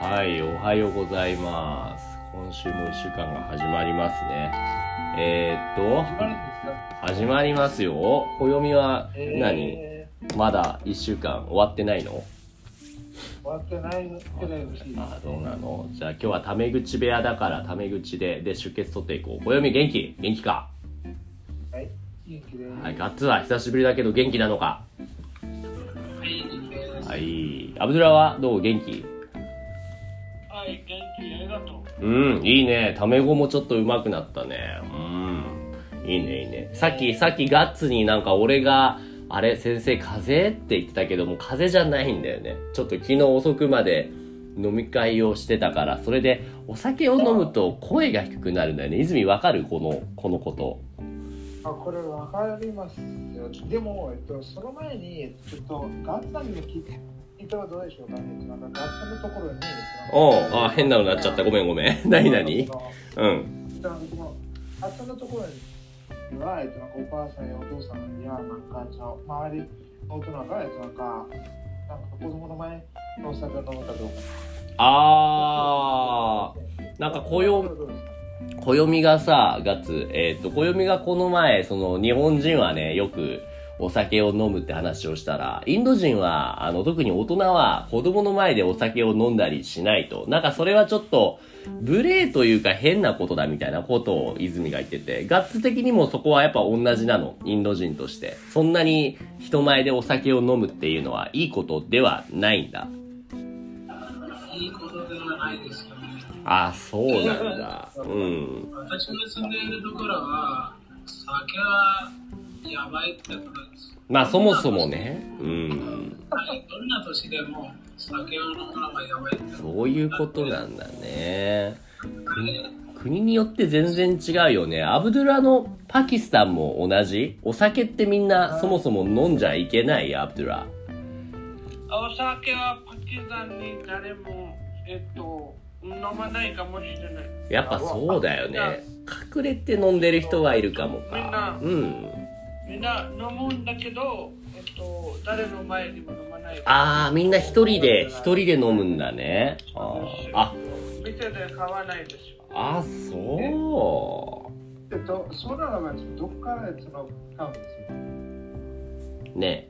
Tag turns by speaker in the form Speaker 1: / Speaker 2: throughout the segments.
Speaker 1: はい、おはようございます。今週も一週間が始まりますね。えー、っと、
Speaker 2: あるんですか
Speaker 1: 始まりますよ。暦は
Speaker 2: えー
Speaker 1: 何、まだ一週間終わってないの
Speaker 2: 終わってないのくらい嬉しいです。
Speaker 1: あーどうなのじゃあ今日はタメ口部屋だからタメ口で、で、出血取っていこう。暦元気元気か
Speaker 2: はい。元気です。
Speaker 1: はい、ガッツは久しぶりだけど元気なのか
Speaker 2: はい、元気です。
Speaker 1: はい。アブドゥラはどう元気
Speaker 2: はい、元気ありがとう。
Speaker 1: うん、いいね。タメ語もちょっと上手くなったね。うん。いいね、いいね。さっき、さっきガッツになんか俺が、あれ、先生、風邪って言ってたけども、風邪じゃないんだよね。ちょっと昨日遅くまで飲み会をしてたから、それでお酒を飲むと声が低くなるんだよね。泉、わかるこの、このこと。
Speaker 2: あ、これわかりますよ。でも、えっと、その前に、ちょっとガッツさんにも聞いて。聞いたらどうでしょうかね。なんかガッツさんのところに。
Speaker 1: おうあ、変なのなっちゃった。ごめんごめん。 何
Speaker 2: に
Speaker 1: 何うん。
Speaker 2: ガッツさんのところには、えっと、なんかお母さんやお父さんや、なんか、その周りの大人が、えっと、なんか、なんか子供の前のお酒を飲むかどうか。
Speaker 1: あー。なんか雇用暦がさ、ガッツ、えっ、と、暦がこの前、その、日本人はね、よくお酒を飲むって話をしたら、インド人は、あの、特に大人は子供の前でお酒を飲んだりしないと。なんかそれはちょっと、無礼というか変なことだみたいなことを泉が言ってて、ガッツ的にもそこはやっぱ同じなの。インド人として。そんなに人前でお酒を飲むっていうのはいいことではないんだ。
Speaker 3: いいことではないですよね。
Speaker 1: あ、そうなんだ。うん。
Speaker 3: 私の住んでいるところは、酒はやばいってことです。
Speaker 1: まあそもそもね。うん。
Speaker 3: はい、どんな年でも酒を飲むのがやばいってこ
Speaker 1: そういうことなんだね。く国によって全然違うよね。アブドゥラのパキスタンも同じお酒ってみんなそもそも飲んじゃいけないアブドゥラ。
Speaker 4: お酒はパキスタンに誰も、えっと、飲まないかもしれない。
Speaker 1: やっぱそうだよね。隠れて飲んでる人はいるかもか。うん。
Speaker 4: みんな飲むんだけど、えっと、誰の前にも飲まない。
Speaker 1: あー、みんな一人で、一人で飲むんだね。あーあ、
Speaker 4: 店で買わないですよ。
Speaker 1: あ、そ
Speaker 2: えっと、その中でどっからその買うんですよ。
Speaker 1: う。ね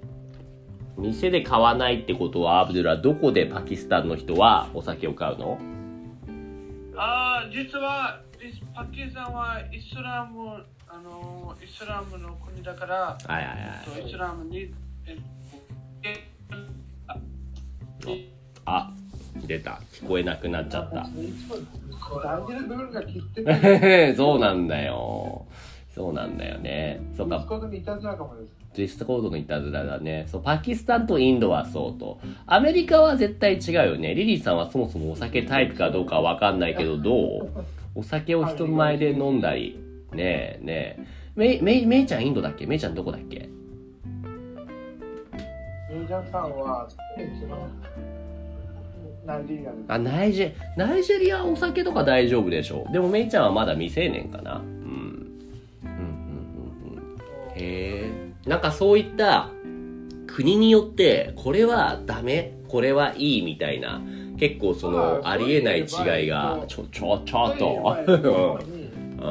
Speaker 1: 店で買わないってことは、アブドゥラ、どこでパキスタンの人はお酒を買うの
Speaker 4: ああ、実は、イスパキスタンはイスラム、あの、イスラムの国だから、
Speaker 1: はいはいはい。
Speaker 4: えっとイスラムに、えっとえ
Speaker 1: あ、出た。聞こえなくなっちゃっ
Speaker 2: い
Speaker 1: た。
Speaker 2: つも大事な部分が切ってて、
Speaker 1: そうなんだよ。そうなんだよね。そう
Speaker 2: 息
Speaker 1: か、
Speaker 2: 子のいたずらかもです。
Speaker 1: ツイストコードのいたずらだね。そう、パキスタンとインドはそうと。アメリカは絶対違うよね。リリーさんはそもそもお酒タイプかどうかわかんないけど、どうお酒を人前で飲んだり。ねえ、ねえ。めい、めい、めいちゃんインドだっけめいちゃんどこだっけ
Speaker 2: メイジャンさんは、えその、ナイジェリアで
Speaker 1: あ、ナイジェ、ナイジェリアはお酒とか大丈夫でしょでもめいちゃんはまだ未成年かな。うん。うん、うん、うん、うん。
Speaker 2: す。
Speaker 1: へえなんかそういった国によってこれはダメこれはいいみたいな結構その
Speaker 2: あ
Speaker 1: あ
Speaker 2: あ
Speaker 1: りえない違いがち
Speaker 2: そ
Speaker 1: ょちょちょっ
Speaker 2: トイレ
Speaker 1: と
Speaker 2: の前に
Speaker 1: うん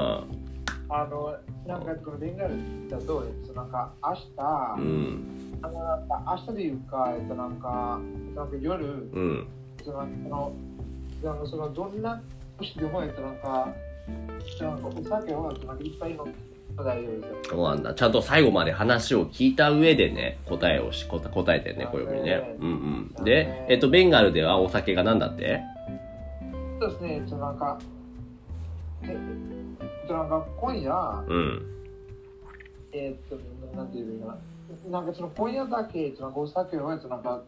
Speaker 2: あの、なんかこのベンガルだと、えっと、なんか明日、
Speaker 1: う
Speaker 2: あ
Speaker 1: ん
Speaker 2: のなんか明日でいうか、えっと、なんか、なんか夜、
Speaker 1: うん
Speaker 2: その、その、なんかそのどんな年でも、えっと、なんか、なんかお酒を、えっと、なんかいっぱい飲んで大丈夫ですよ。
Speaker 1: そうなんだちゃんと最後まで話を聞いた上でね答えをし答答えてねこれにねうんうんでえっとベンガルではお酒が何だって
Speaker 2: そうですね、えっと、なんか、えっと、なんか今夜、
Speaker 1: うん
Speaker 2: えっと、なんていうのかな、なんかその今夜だけ、えっと、なんかお酒を、えっと、なんか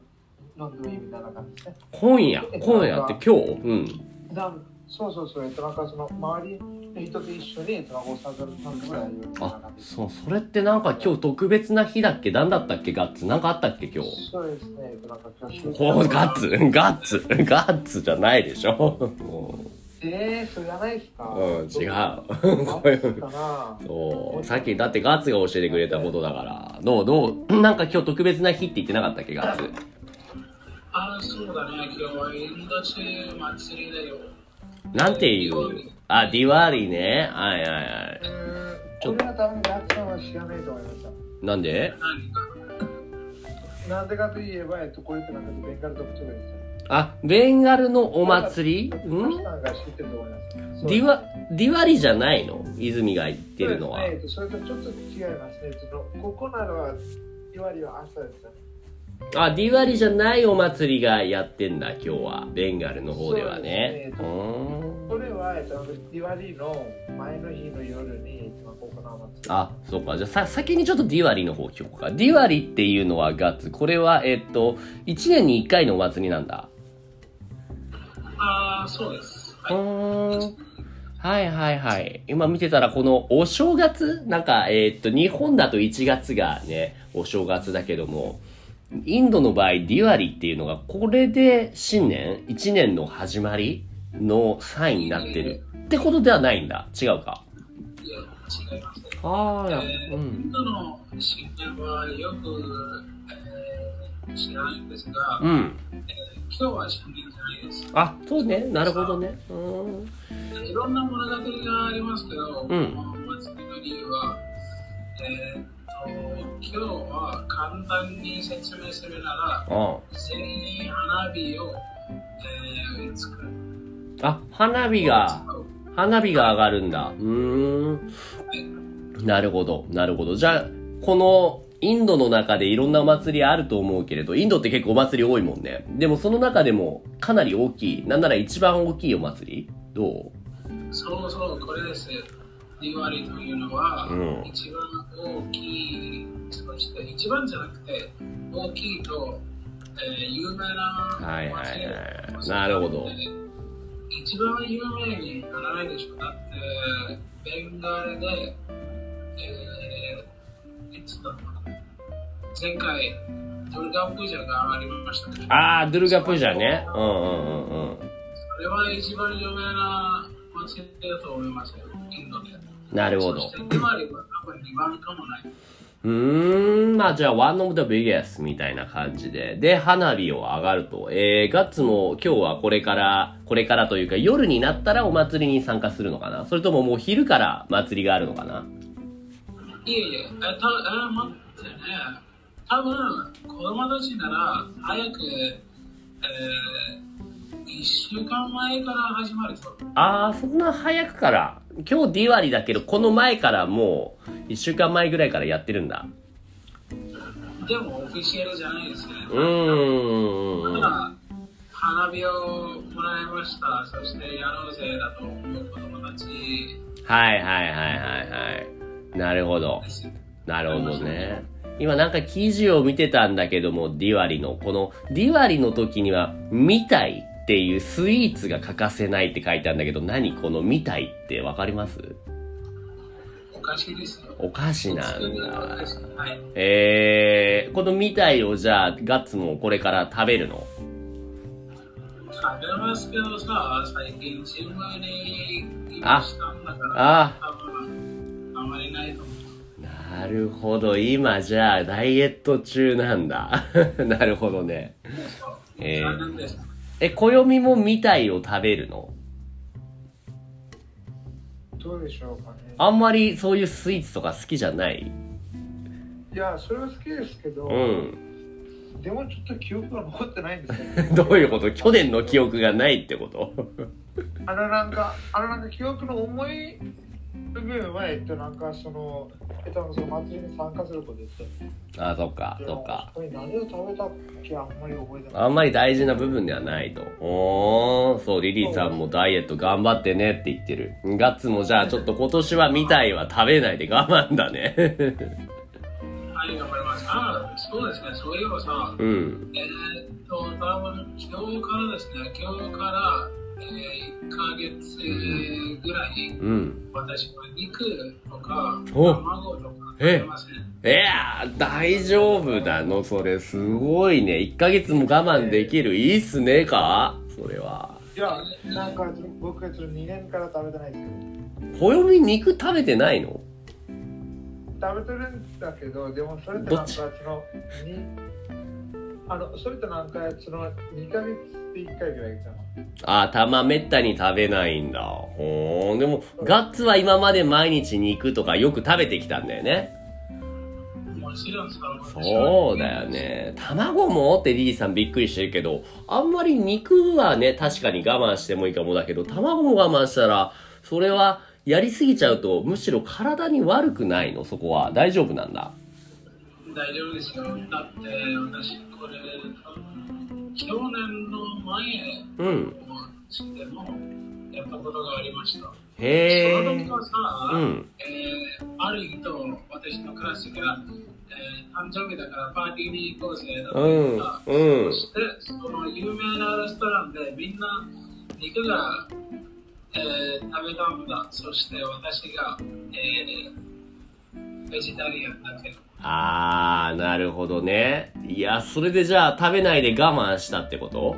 Speaker 2: 飲んでもいいみたいな感じですね。
Speaker 1: 今夜今夜って今日うん
Speaker 2: なんそうそうそう、えっと、なんかその周りの人と一緒に、えっと、なんかお酒を飲んでも大丈夫みたいな
Speaker 1: あ
Speaker 2: 感じです。
Speaker 1: そうそれってなんか今日特別な日だっけ何だったっけガッツなんかあったっけ今日
Speaker 2: そうですね、えっと、なんか今日、
Speaker 1: こうガッツガッツガッツじゃないでしょ も
Speaker 2: えー、それじゃないですか。
Speaker 1: う、うん、違う
Speaker 2: あ
Speaker 1: こうい
Speaker 2: そう
Speaker 1: う
Speaker 2: かな。
Speaker 1: そうさっきだってガッツが教えてくれたことだからどうどうなんか今日特別な日って言ってなかったっけガッツ
Speaker 4: と
Speaker 3: ああ、そうだね。今日はインド人祭りだよ。
Speaker 1: なんていうあ、ディワーリーね。はいはいはい。ちょ
Speaker 2: 俺は多分ガッツさんは知らないと思いました。
Speaker 1: なんで
Speaker 3: 何か。
Speaker 2: なぜかといえば、えっと、これってなんかベンガル独特です。
Speaker 1: あ、ベンガルのお祭り
Speaker 2: ん
Speaker 1: ん
Speaker 2: さんが知ってると思います。
Speaker 1: ディワ、ディワリーじゃないの泉が言ってるのは。
Speaker 2: そうですねえっとそれとちょっと違いますね。そのここなのは、いわゆる朝ですよね。
Speaker 1: あ、ディワリーじゃないお祭りがやってんだ、今日は。ベンガルの方ではね。うー
Speaker 2: そ
Speaker 1: ん。
Speaker 2: これは、えっと、ディワリの前の日の夜に、いつもここの祭り。
Speaker 1: あ、そうか。じゃあさ、先にちょっとディワリーの方聞こうか。ディワリーっていうのはガッツ。これは、えっと、1年に1回のお祭りなんだ。
Speaker 3: ああ、そうです。
Speaker 1: う
Speaker 3: はい
Speaker 1: ーん。はいはいはい。今見てたら、このお正月なんか、えっと、日本だと1月がね、お正月だけども、インドの場合、ディワリーっていうのが、これで新年 ?1 年の始まりのサインになってる。ってことではないんだ。違うか。
Speaker 3: いや、違いますね。
Speaker 1: ああ、
Speaker 3: えーインドの新年はよく、えー知らないんですが、
Speaker 1: うん。
Speaker 3: 今日は新年じゃないです。
Speaker 1: あ、そうね。なるほどね。うーん。
Speaker 3: いろんな物語がありますけど、
Speaker 1: うん
Speaker 3: このお祭りの理由は、えーっと、今日は簡単に説明するなら、
Speaker 1: あ
Speaker 3: 全員花火を、えー、作る。
Speaker 1: あ、花火が、花火が上がるんだ。うーん。なるほど、なるほど。じゃあ、この、インドの中でいろんなお祭りあると思うけれど、インドって結構お祭り多いもんね。でもその中でもかなり大きい。なんなら一番大きいお祭りど
Speaker 3: そうそう、これです。ディワリというのは、
Speaker 1: うん
Speaker 3: 一番大きい、そして一番じゃなくて、大きいと、えー有名なお祭り
Speaker 1: はいはいはいなるほど
Speaker 3: 一番有名にならないでしょう。だって、ベンガルで、えー、いつだったかな前回、ドルガンプジャがありましたでしょ
Speaker 1: うあー、ドゥルガプジャね。うんうんうんうん。
Speaker 3: それは一番有名な祭りだと思いますよ、インドで。
Speaker 1: なるほど
Speaker 3: そし。て、つまりは多分2番かもないう
Speaker 1: ーん、まあじゃあ、one of the biggest みたいな感じで。で、花火を上がると。えー、ガッツも今日はこれから、これからというか夜になったらお祭りに参加するのかなそれとももう昼から祭りがあるのかない
Speaker 3: えいえ、えたえ待ってね。多分子供たちなら早く、えー、1週間前から始まると。
Speaker 1: あー、そんな早くから。今日ディワリだけど、この前からもう、一週間前ぐらいからやってるんだ。
Speaker 3: でもオフィシャルじゃないですね。
Speaker 1: うー
Speaker 3: だ
Speaker 1: ん。
Speaker 3: か
Speaker 1: あ
Speaker 3: ら花火をもらいました。そしてやろうぜだと思う子供たち
Speaker 1: はいはいはいはいはい。なるほど
Speaker 3: で。すよ。
Speaker 1: なるほどね。今なんか記事を見てたんだけども、ディワリの、このディワリの時には、ミタイっていうスイーツが欠かせないって書いてあるんだけど、何このミタイってわかります
Speaker 3: おかしいですよ。
Speaker 1: お菓子な
Speaker 3: 作
Speaker 1: ん
Speaker 3: り方
Speaker 1: だ
Speaker 3: で。すはい。
Speaker 1: えー、このミタイをじゃあ、ガッツもこれから食べるの
Speaker 3: 食べますけどさ、最近ジムに行
Speaker 1: あ
Speaker 3: したんだから、
Speaker 1: あ
Speaker 3: 多分あまりないと思う。
Speaker 1: あ、なるほど。今じゃあ、ダイエット中なんだ。 なるほどね。えー
Speaker 3: 残念です。
Speaker 1: え、暦もミタイを食べるの
Speaker 2: どうでしょうかね。
Speaker 1: あんまりそういうスイーツとか好きじゃない
Speaker 2: いや、それは好きですけど、
Speaker 1: うん。。
Speaker 2: でもちょっと記憶が残ってないんですよ、ね
Speaker 1: どういうこと去年の記憶がないってこと
Speaker 2: あのなんか、あのなんか記憶の重い部分は、えっとなんかその、えっとその祭りに参加することですよ。
Speaker 1: あそっかそっ
Speaker 2: か
Speaker 1: か。
Speaker 2: これ何を食べたっけあんまり覚えてない。
Speaker 1: あんまり大事な部分ではないとおーそうリリーさんもダイエット頑張ってねって言ってるガッツもじゃあちょっと今年は見たいは食べないで 我慢だね
Speaker 3: はい、頑張ります。ああ、そうですね、そういえばさ、
Speaker 1: うん
Speaker 3: えーっと、多分今日からですね、今日から、え1ヶ月ぐらい、
Speaker 1: うん
Speaker 3: 私は肉とか
Speaker 1: お
Speaker 3: 卵とか食
Speaker 1: え
Speaker 3: べません。
Speaker 1: いやー大丈夫なのそれすごいね1ヶ月も我慢できるいいっすねかそれはい
Speaker 2: や、なんか僕はその2年から食べてないですけ
Speaker 1: 暦肉食べてないの
Speaker 2: ど、食べてるんだけど、でもそれってなんかその、にあのそれとなんかその2ヶ月で1回ぐらいかな
Speaker 1: あ、玉めったに食べないんだ。ほーん。でも、ガッツは今まで毎日肉とかよく食べてきたんだよね。
Speaker 3: もちろんそ
Speaker 1: そうだよ。ね。卵もってリリーさんびっくりしてるけど、あんまり肉はね、確かに我慢してもいいかもだけど、卵も我慢したら、それはやりすぎちゃうと、むしろ体に悪くないの、そこは。大丈夫なんだ。
Speaker 3: 大丈夫ですよ。だって私これ、去年の前
Speaker 1: うん。
Speaker 3: もしてもやったことがありました。
Speaker 1: へ
Speaker 3: その時
Speaker 1: ー。
Speaker 3: はさ、
Speaker 1: うん。
Speaker 3: えーある日と私のクラスが、えー誕生日だからパーティーに行こうぜだって
Speaker 1: う
Speaker 3: 言っ
Speaker 1: ん
Speaker 3: た。。
Speaker 1: うん
Speaker 3: そ。して、その有名なレストランでみんな肉が、えー食べたんだ。そして私が、えーベジタリアンだけど。
Speaker 1: あー、なるほどね。いや、それでじゃあ食べないで我慢したってこと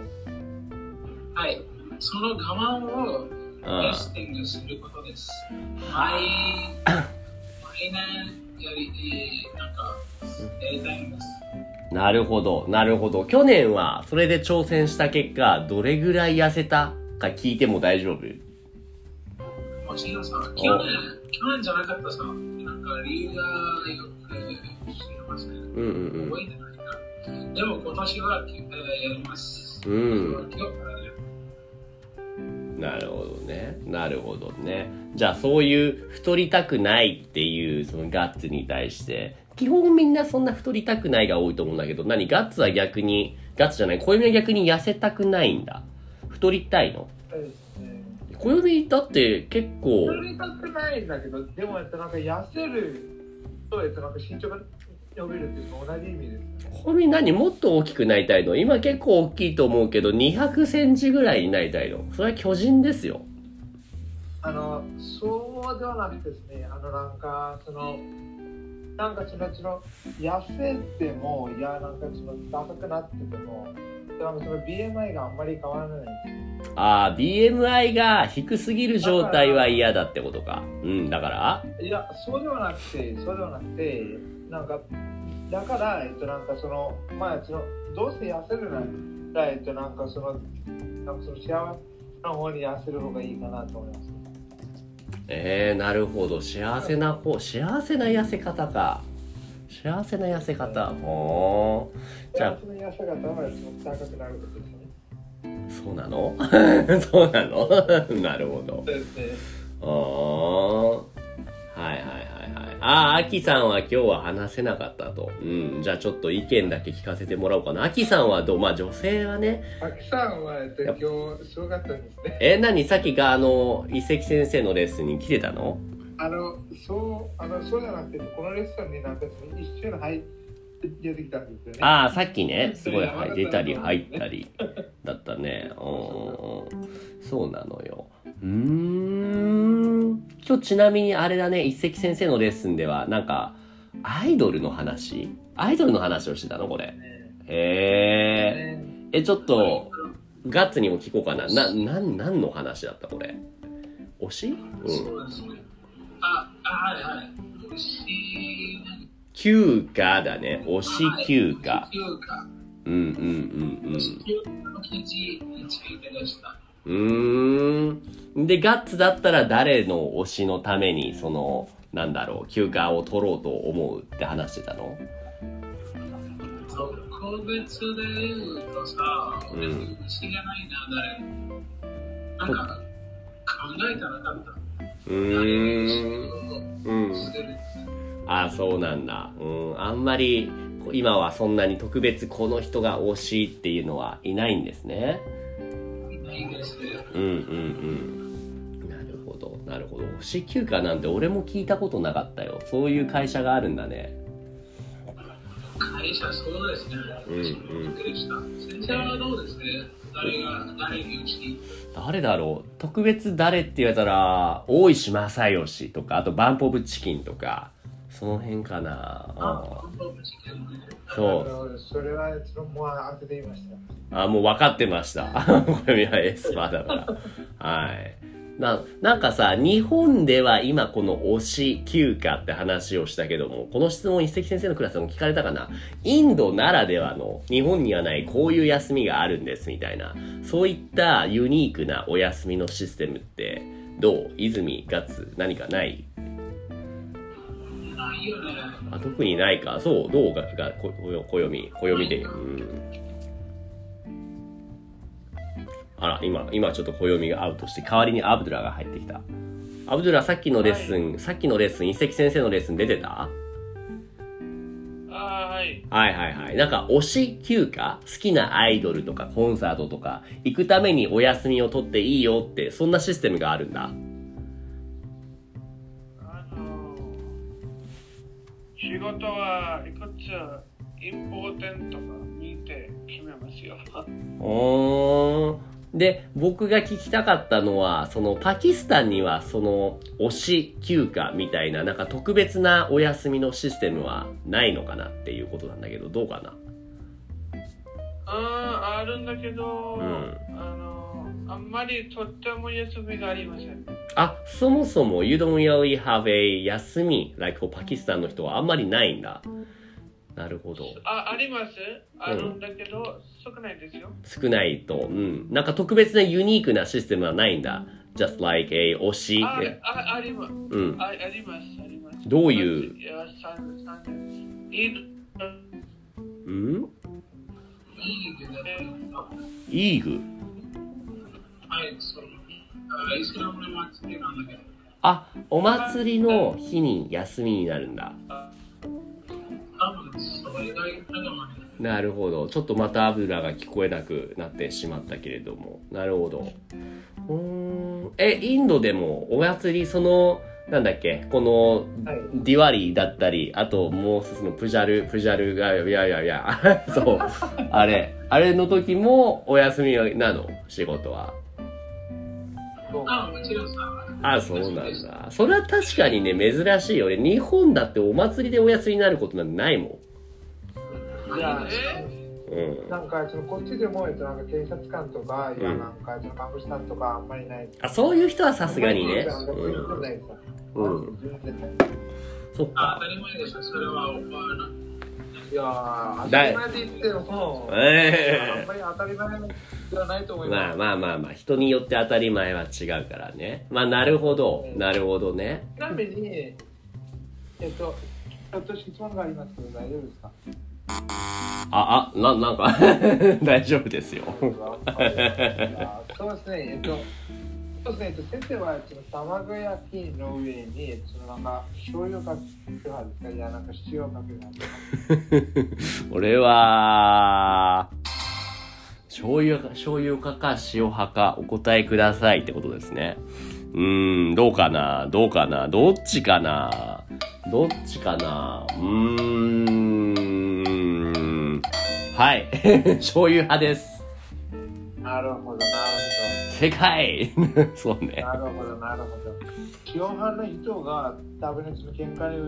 Speaker 3: はい。その我慢を
Speaker 1: うん
Speaker 3: テスティングすることです。毎毎年より、えーなんか、やりたいんです。
Speaker 1: なるほど、なるほど。去年はそれで挑戦した結果、どれぐらい痩せたか聞いても大丈夫
Speaker 3: もちろんさ、去年、去年じゃなかったさ、なんか理由がよく知りません。
Speaker 1: うんうん
Speaker 3: 覚えてないな。でも今年は、えーやります。
Speaker 1: うん
Speaker 3: 今日からね
Speaker 1: うん。なるほどね。なるほどね。じゃあそういう太りたくないっていうそのガッツに対して、基本みんなそんな太りたくないが多いと思うんだけど、何ガッツは逆に、ガッツじゃない、小指は逆に痩せたくないんだ。太りたいの
Speaker 2: そうですね
Speaker 1: 小指だって結構、
Speaker 2: 太りたくないんだけどでもやっぱなんか痩せるとやっぱなんか身長が伸びるっていうのと同じ意味です
Speaker 1: 小指何もっと大きくなりたいの今結構大きいと思うけど200センチぐらいになりたいのそれは巨人ですよ。
Speaker 2: あのそうではなくてですねあのなんかそのなんかちのちの痩せてもいやなんかちのダサくなっててもなんかその BMI があんまり変わらない
Speaker 1: ああ、BMI が低すぎる状態は嫌だってことか。うん、だから
Speaker 2: いや、そうではなくて、そうではなくて、なんか、だから、えっと、なんかその、まあ、そのどうせ痩せるなら、えっと、なんかその、なんかその幸せの方に痩せる方がいいかなと思います。
Speaker 1: えー、なるほど。幸せな方、幸せな痩せ方か。幸せな痩せ方。ほーん。じゃあ
Speaker 2: 幸、せの痩せ方は、その高くなることですね。
Speaker 1: そうなの そうなの なるほど。
Speaker 2: そうですね。
Speaker 1: ああはいはいはいはい。ああ、アキさんは今日は話せなかったと。うん。じゃあちょっと意見だけ聞かせてもらおうかな。アキさんはどうまあ女性はね。
Speaker 2: アキさんは、えっと、今日、すごかったんですね。
Speaker 1: え、何さっきがあの、一石先生のレッスンに来てたの
Speaker 2: あの、そう、あの、そうじゃなくて、このレッスンになんかその一瞬入って出てきたんですよね。
Speaker 1: ああ、さっきね。すごい、はい、出たり入ったりだったね。うんうんうん。そうなのよ。うーん。今日ちなみにあれだね、一石先生のレッスンでは、なんか、アイドルの話アイドルの話をしてたのこれ。
Speaker 2: ね
Speaker 1: へえ。
Speaker 2: ね
Speaker 1: え、ちょっと、ガッツにも聞こうかな。な、なん、なんの話だったこれ。推しうん。
Speaker 3: そうですね。あ、あはいはい。美味しいね。
Speaker 1: 休暇だね。推し休暇。
Speaker 3: 地球か。
Speaker 1: うんうん
Speaker 3: 地球の記事についてでした。
Speaker 1: うんうん。うーん。で、ガッツだったら誰の推しのために、その、なんだろう、休暇を取ろうと思うって話してたの
Speaker 3: 特別で言うとさ、
Speaker 1: うん
Speaker 3: 俺、知らないな、誰。なんか、考えたらなかった。
Speaker 1: うーん。う。
Speaker 3: うんしてる。
Speaker 1: あそうなんだ。うん。あんまり、こ今はそんなに特別この人が推しっていうのはいないんですね。
Speaker 3: ないですね。
Speaker 1: うんうんうんなるほどなるほど星休暇なんて俺も聞いたことなかったよそういう会社があるんだね
Speaker 3: 会社、そうですね。
Speaker 1: うんうん
Speaker 3: びっくりした。先生はどうですね誰が、誰にうち
Speaker 1: 誰だろう特別誰って言われたら大石正義とかあとバンポブチキンとかその辺かな
Speaker 3: あ、
Speaker 1: あ
Speaker 3: 本当、事件ね。
Speaker 1: ーそう
Speaker 2: あのそれは、その、もう当てていました。
Speaker 1: あもう分かってましたこれはエスパーだからはいななんかさ、日本では今この推し休暇って話をしたけども、この質問一石先生のクラスでも聞かれたかなインドならではの日本にはないこういう休みがあるんですみたいな、そういったユニークなお休みのシステムってどう泉、ガッツ、何かない
Speaker 3: ないよね。
Speaker 1: あ特にないか。そう、どうが、が、こ、こよ、こよみ、こよみで。うん。あら、今、今ちょっとこよみがアウトして、代わりにアブドゥラが入ってきた。アブドゥラ、さっきのレッスン、さっきのレッスン、一石先生のレッスン出てた
Speaker 4: あーはい
Speaker 1: はいはいはい。なんか、推し休暇好きなアイドルとかコンサートとか、行くためにお休みを取っていいよって、そんなシステムがあるんだ。
Speaker 4: あの仕事はいくつインポーテントか見て決めますよ
Speaker 1: おーで僕が聞きたかったのはそのパキスタンにはその推し休暇みたいななんか特別なお休みのシステムはないのかなっていうことなんだけどどうかな
Speaker 4: うんあるんだけど、
Speaker 1: うん
Speaker 4: あのあんまりとっても休みがありません
Speaker 1: あそもそも You don't really have a 休み like for パキスタンの人はあんまりないんだなるほど
Speaker 4: あありますあるんだけど、少ないですよ
Speaker 1: 少ないとうんなんか特別なユニークなシステムはないんだ just like a 推し
Speaker 4: あああります
Speaker 1: うん
Speaker 4: あありますあります
Speaker 1: どういう
Speaker 4: いや三三年いい
Speaker 1: うん
Speaker 3: いいけど、
Speaker 1: イーグ
Speaker 3: はい、そう。だからイスラムの祭りなんだけど、
Speaker 1: あお祭りの日に休みになるんだ
Speaker 3: 多分それがいいかな
Speaker 1: なるほどちょっとまた油が聞こえなくなってしまったけれどもなるほどうーんえインドでもお祭りそのなんだっけこの
Speaker 2: はい
Speaker 1: ディワリーだったりあともう一つのプジャルプジャルがいやいやいや そうあれあれの時もお休みなの仕事は
Speaker 2: どう
Speaker 3: あ、もちろんさ。
Speaker 1: あそうなんだそれは確かにね珍しいよね日本だってお祭りでお休みになることなんてないも
Speaker 2: いや
Speaker 4: え
Speaker 1: んうん
Speaker 2: なんかそのこっちでも、えっと、なんか警察官とか、いや
Speaker 1: うん
Speaker 2: なんかその看護師さんとかあんまりない。
Speaker 1: あそういう人はさすがにね
Speaker 2: なんかそういうことないですか
Speaker 1: うん、うん、そっか
Speaker 3: あ当たり前でしょ、それはお前の。
Speaker 2: いやー、当たり前で言っても、あん
Speaker 1: え
Speaker 2: まり当たり前ではないと思
Speaker 1: え
Speaker 2: い
Speaker 1: ま
Speaker 2: ま
Speaker 1: あ
Speaker 2: す。
Speaker 1: まあまあまあ人によって当たり前は違うからねまあなるほどなるほどね
Speaker 2: ちなみに、えっと、ちょっと質問がありますけど、大丈夫です か
Speaker 1: ああななんか 大丈夫ですよ
Speaker 2: そうですね、えっと、そうですね、えっと、先生は、その卵焼きの上に、そのなんか、醤油かけはですか、いや、なんか塩かけはですか。
Speaker 1: 俺は醤油か醤油かか塩派かお答えくださいってことですねうーんどうかなどうかなどっちかなどっちかなうーんはい 醤油派です
Speaker 2: なるほど、なる
Speaker 1: 世界 そうね
Speaker 2: ほど、なるほど、なるほど。基本派の人が、ダブルチの見解を。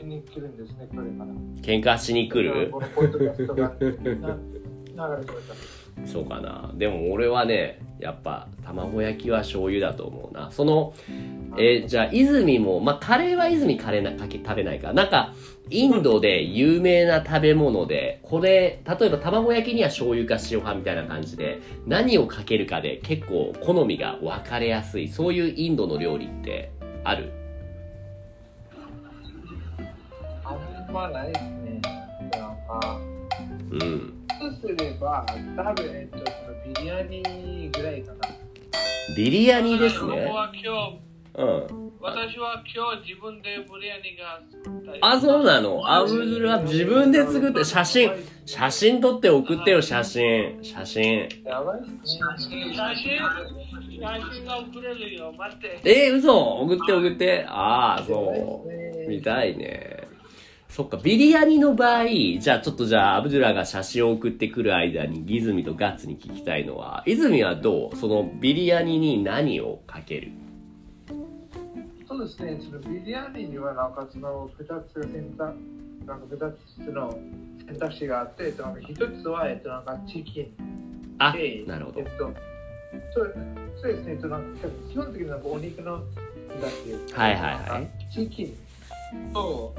Speaker 2: に来るんですね、これから。
Speaker 1: 喧嘩しに来る
Speaker 2: このポッドキャストが。な流れてました。
Speaker 1: そうかなでも俺はねやっぱ卵焼きは醤油だと思うなそのえーじゃあ泉もまあカレーは泉カレーなかけ食べないかなんかインドで有名な食べ物でこれ例えば卵焼きには醤油か塩派みたいな感じで何をかけるかで結構好みが分かれやすいそういうインドの料理ってある
Speaker 2: あんまないですね。なんか。
Speaker 1: うん
Speaker 2: とすれば、多分、えっと、そのビリヤニぐらいかな。
Speaker 1: ビリヤニです
Speaker 4: 僕
Speaker 1: ね
Speaker 4: は今日
Speaker 1: うん
Speaker 4: 私は今日自分でブリアニが作ったよ
Speaker 1: あそうなのアブズルは自分で作って写真写真撮って送ってよ写真写真
Speaker 2: やばいっすね。
Speaker 4: 写真写真が送れるよ待って
Speaker 1: えー、嘘送って送ってああ
Speaker 2: や
Speaker 1: そ
Speaker 2: ばいっすね
Speaker 1: う見たいねそっかビリヤニの場合じゃあちょっとじゃあアブドゥラが写真を送ってくる間にギズミとガッツに聞きたいのは泉はどうそのビリヤニに何をかける
Speaker 2: そうですね、そのビリヤニにはなんかその2つ選択、なんか2つの選択肢があって、えっと、なんか1つは、えっと、なんかチキン、
Speaker 1: あ
Speaker 2: ケイ
Speaker 1: なるほど
Speaker 2: えっと、そうそうですね、えっとなんか基本的になんかお肉のだけ、
Speaker 1: はいはいはい
Speaker 2: い、チキンと、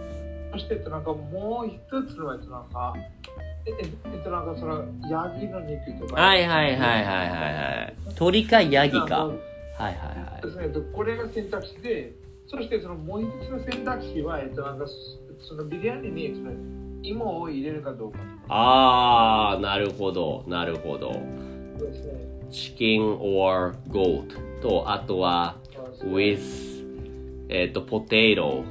Speaker 2: そしてえっとなんかもう一つはえっとなんか、えええっとなんかそのヤギの肉とか、
Speaker 1: はいはいはいはいはいはい鳥かヤギかはいはいはい
Speaker 2: ですね、えっとこれが選択肢で、そしてそのもう一つの選択肢はえっとなんかそのビリヤニにその芋を入れるかどうか
Speaker 1: あーなるほどなるほど
Speaker 2: そうですね。
Speaker 1: チキン or goat とあとは with えっ、と potato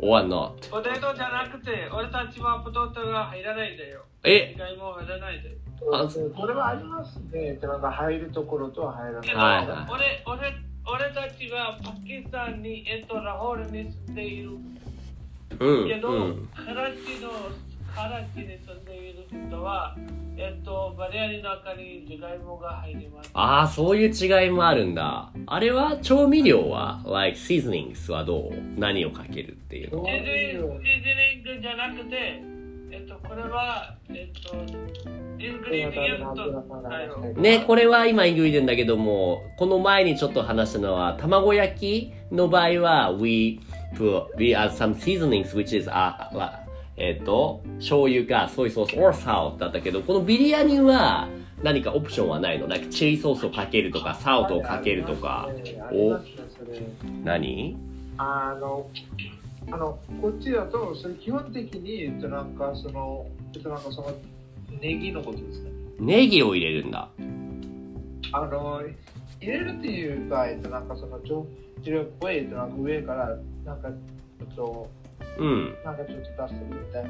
Speaker 1: or not
Speaker 4: ポテトじゃなくて、俺たちはポテトが入らないでよ。
Speaker 1: え
Speaker 4: 意外も入らないで。
Speaker 1: あ
Speaker 2: これはありますね。えっとなんか入るところとは入らない。
Speaker 4: けど、
Speaker 1: はいはい
Speaker 4: 俺、俺、俺たちはパキスタンに、えっと、ラホールに住んでいる
Speaker 1: うんう
Speaker 4: けど、
Speaker 1: ん
Speaker 4: カラチの、カラチに住んでいる人は、えっと、バリアの中にジュガイモが入ります。
Speaker 1: ああそういう違いもあるんだあれは調味料は like seasonings はどう何をかけるっていうの
Speaker 2: どう
Speaker 4: シー
Speaker 2: い
Speaker 4: ズニン
Speaker 2: う
Speaker 4: グシーズニングじゃなくて、えっと、これは、えっと、イングリディエントだよ。
Speaker 1: ね、これは今言うてんだけども、この前にちょっと話したのは、卵焼きの場合は、we put, we add some seasonings, which is, あ、あえっ、と、醤油か、ソイソース、or salt だったけど、このビリヤニは、何かオプションはないのなんかチリソースをかけるとか、サウトをかけるとか。お
Speaker 2: ありますねそれ
Speaker 1: 何
Speaker 2: あの、あの、こっちだと、それ基本的に、えっと、なんか、その、えっと、なんか、その、ネギのことですね。
Speaker 1: ネギを入れるんだ。
Speaker 2: あの、入れるっていうか、えっと、なんか、その、上、上っぽい、えっと、なんか、上から、なんか、ちょっと、
Speaker 1: うん。
Speaker 2: なんか、ちょっと出してるみた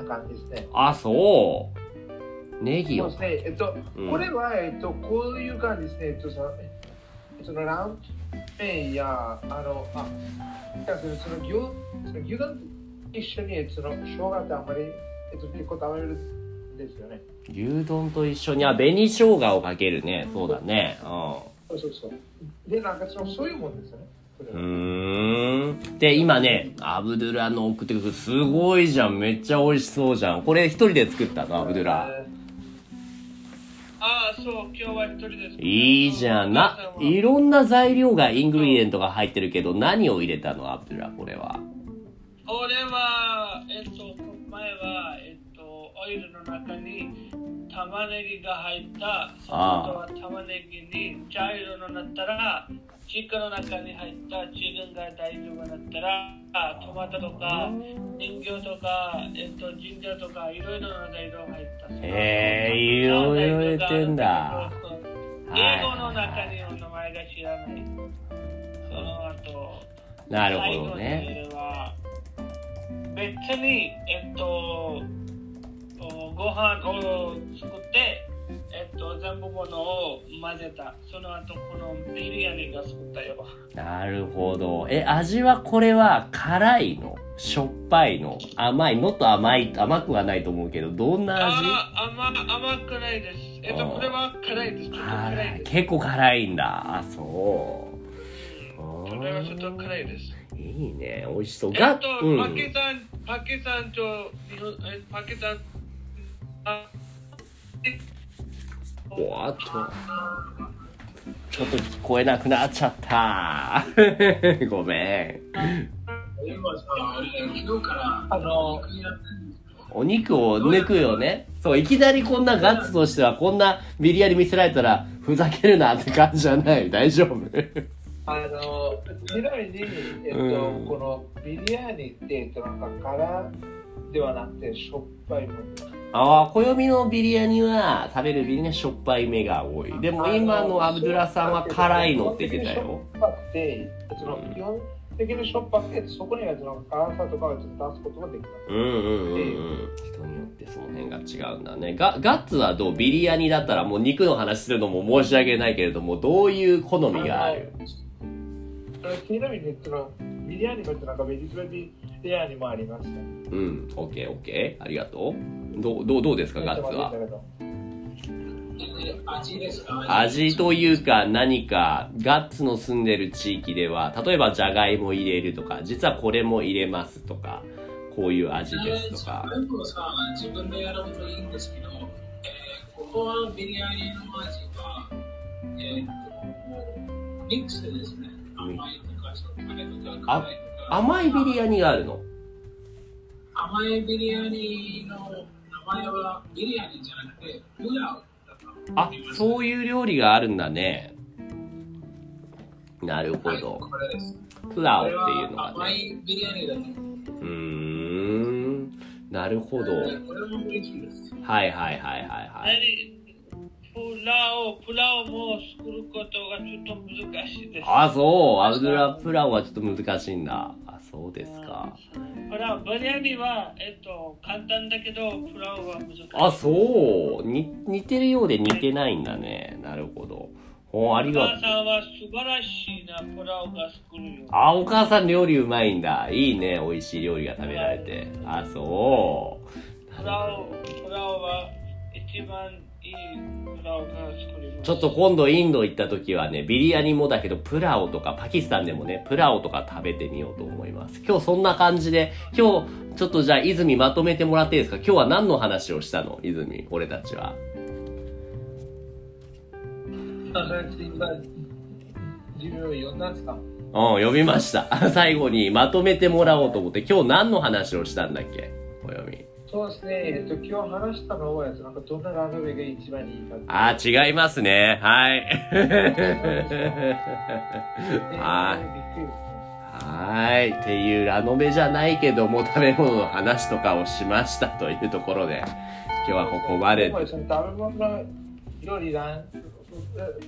Speaker 2: いな感じですね。
Speaker 1: あ、そう。ネギ
Speaker 2: そう
Speaker 1: を
Speaker 2: です。ね、えっと、
Speaker 1: うん
Speaker 2: これは、えっと、こういう感じですね、えっと、その、そのランペンや、あの、あ、いやそのその牛、その牛丼と一緒に、えっとその生姜ってあんまり、えっと、結構食べるんですよね。
Speaker 1: 牛丼と一緒に、あ、紅生姜をかけるね。そうだね。うん。
Speaker 2: そうそうそう。で、なんかその、そういうもんですよね。これ
Speaker 1: う
Speaker 2: は
Speaker 1: ーん。で、今ね、アブドゥラの送ってくる。すごいじゃん。めっちゃ美味しそうじゃん。これ一人で作ったの、アブドゥラ。
Speaker 2: えー
Speaker 4: ああ、そう、今日は一人です。
Speaker 1: いいじゃん。な、いろんな材料が、イングリデエントが入ってるけど、何を入れたの、アブドゥラ、これは。
Speaker 4: 俺は、えっと、前は、えっと、オイルの中に玉ねぎが入った、その
Speaker 1: あ
Speaker 4: 後は玉ねぎに茶色のなったら、チークの中に入ったチーズが大丈夫だったら、あトマトとか、人形とか、えっと、ジンジャーとか、いろいろな材料が入った。
Speaker 1: へえいろいろ入れてんだ
Speaker 4: そうそうそう
Speaker 1: はい
Speaker 4: 英語の中にお名前が知らない。その後、
Speaker 1: なるほどね。
Speaker 4: 最後には。別に、えっと、おご飯を作って、えっと、全部ものを混ぜた。その後、このビリヤニが作ったよ。
Speaker 1: なるほど。え、味はこれは、辛いのしょっぱいの甘いのと甘い、甘くはないと思うけど、どんな味
Speaker 4: ああ、甘、甘くないです。えっ
Speaker 1: あ
Speaker 4: と、
Speaker 1: ー
Speaker 4: これは辛いです。ちょっと辛
Speaker 1: 辛
Speaker 4: い
Speaker 1: い。
Speaker 4: です。
Speaker 1: 結構辛いんだ。あ、そう。うーん
Speaker 4: これはちょっと辛いです。
Speaker 1: いいね、美味しそう。
Speaker 4: え
Speaker 1: が
Speaker 4: っと、
Speaker 1: うん、
Speaker 4: パキスタン、パキスタンと日本、えパキスタン、あ、
Speaker 1: おーっと。ちょっと聞こえなくなっちゃった。 ごめん。
Speaker 3: 今さ、俺昨日から
Speaker 2: あの、
Speaker 3: 国やってんの
Speaker 1: お肉を抜くよね。そう、いきなりこんなガッツとしては、こんなビリヤニ見せられたら、ふざけるなって感じじゃない。大丈夫
Speaker 2: あの、ちなみに、えっと、
Speaker 1: うん
Speaker 2: このビリヤーニって、えっと、なんか、辛ではなくて、しょっぱいもんです。
Speaker 1: ああ、暦のビリヤニは、食べるビリヤニはしょっぱい目が多い。でも今のアブドゥラさんは辛いのって言ってたよ。
Speaker 2: しょっぱくて、その基本的にしょっぱくて、そこにはその辛さとかをちょっと出すことができま
Speaker 1: うんうんうんうん人によってその辺が違うんだねがガッツはどうビリヤニだったらもう肉の話するのも申し訳ないけれどもどういう好みがある
Speaker 2: す。ちなみに、そのビリヤーニもなんかベジタブルビリヤーニもありますね。
Speaker 1: うんオッケーオッケーありがとうどうどうどうですかガッツは
Speaker 3: え味ですか
Speaker 1: 味というか何かガッツの住んでる地域では例えばじゃがいも入れるとか実はこれも入れますとかこういう味ですとか
Speaker 3: 全部をさ、自分でやることいいんですけど、えーここはビリヤニの味は、ええーとミックスですね。甘いとか、しょっぱいとか、
Speaker 1: あ
Speaker 3: 辛いとか。
Speaker 1: 甘いビリヤニがあるの
Speaker 3: 甘いビリヤニの名前はビリヤニじゃなくて、プラウだと
Speaker 1: あ
Speaker 3: 思います。
Speaker 1: そういう料理があるんだねなるほ
Speaker 3: はい
Speaker 1: ど
Speaker 3: これです。
Speaker 1: プラオ
Speaker 3: こ
Speaker 1: って
Speaker 3: れ
Speaker 1: いうの
Speaker 3: は
Speaker 1: が
Speaker 3: 甘
Speaker 1: ね
Speaker 3: いビリヤニだと思います。
Speaker 1: うーんなるほどはい
Speaker 3: これも嬉しいです。
Speaker 1: はいはいはいはい
Speaker 4: プラオ、プラオも作ることがちょっと難しいです。
Speaker 1: あそうアブドゥラプラオはちょっと難しいんだあそうですか
Speaker 4: プラオ、バリアニは、えっと、簡単だけど、プラオは難しい。
Speaker 1: あそうに似てるようで似てないんだねなるほどおあり
Speaker 4: お
Speaker 1: がと
Speaker 4: 母
Speaker 1: う
Speaker 4: さんは素晴らしいなプラオが作るよ。
Speaker 1: あ、お母さん料理うまいんだ。いいね、美味しい料理が食べられて。あ、そう。
Speaker 4: プラオ、プラオは一番いいプラオが作ります。
Speaker 1: ちょっと今度インド行った時はね、ビリヤニもだけど、プラオとか、パキスタンでもね、プラオとか食べてみようと思います。今日そんな感じで、今日、ちょっとじゃあ、泉まとめてもらっていいですか今日は何の話をしたの泉、俺たちは。
Speaker 2: あの今自分を呼んだんですか
Speaker 1: うん、呼びました。 最後にまとめてもらおうと思って、今日何の話をしたんだっけお読み。
Speaker 2: そうですね、えっと、今日話したのは、えっとなんかどんなラノベが一番いいかって
Speaker 1: あー、違いますね。はい。はい。
Speaker 2: びっくりですね
Speaker 1: はーい。っていうラノベじゃないけども、食べ物の話とかをしましたというところで、今日はここまで
Speaker 2: 今。回その食べ物の料理ラン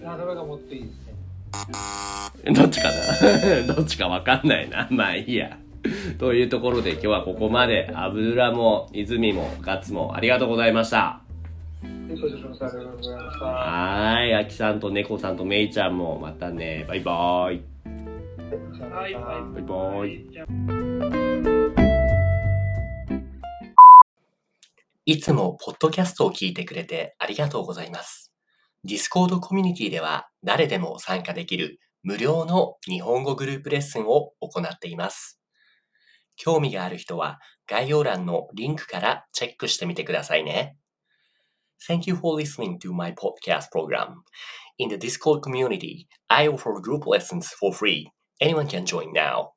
Speaker 2: ラノベがもっといいですね。
Speaker 1: どっちかな どっちかわかんないな。まあいいや。というところで今日はここまで、アブドゥラも、泉も、ガッツもありがとうございました。
Speaker 2: ということで、ご視聴ありがとうございました。あ
Speaker 1: はーい。アキさんと猫さんとメイちゃんも、またね。バイバーイ。
Speaker 2: りがとうございま
Speaker 4: はい
Speaker 2: した
Speaker 4: はい
Speaker 1: バイバイ。
Speaker 5: いつもポッドキャストを聞いてくれてありがとうございます。Discord コミュニティでは誰でも参加できる無料の日本語グループレッスンを行っています。興味がある人は概要欄のリンクからチェックしてみてくださいね。Thank you for listening to my podcast program. In the Discord community, I offer group lessons for free. Anyone can join now.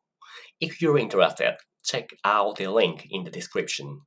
Speaker 5: If you're interested, check out the link in the description.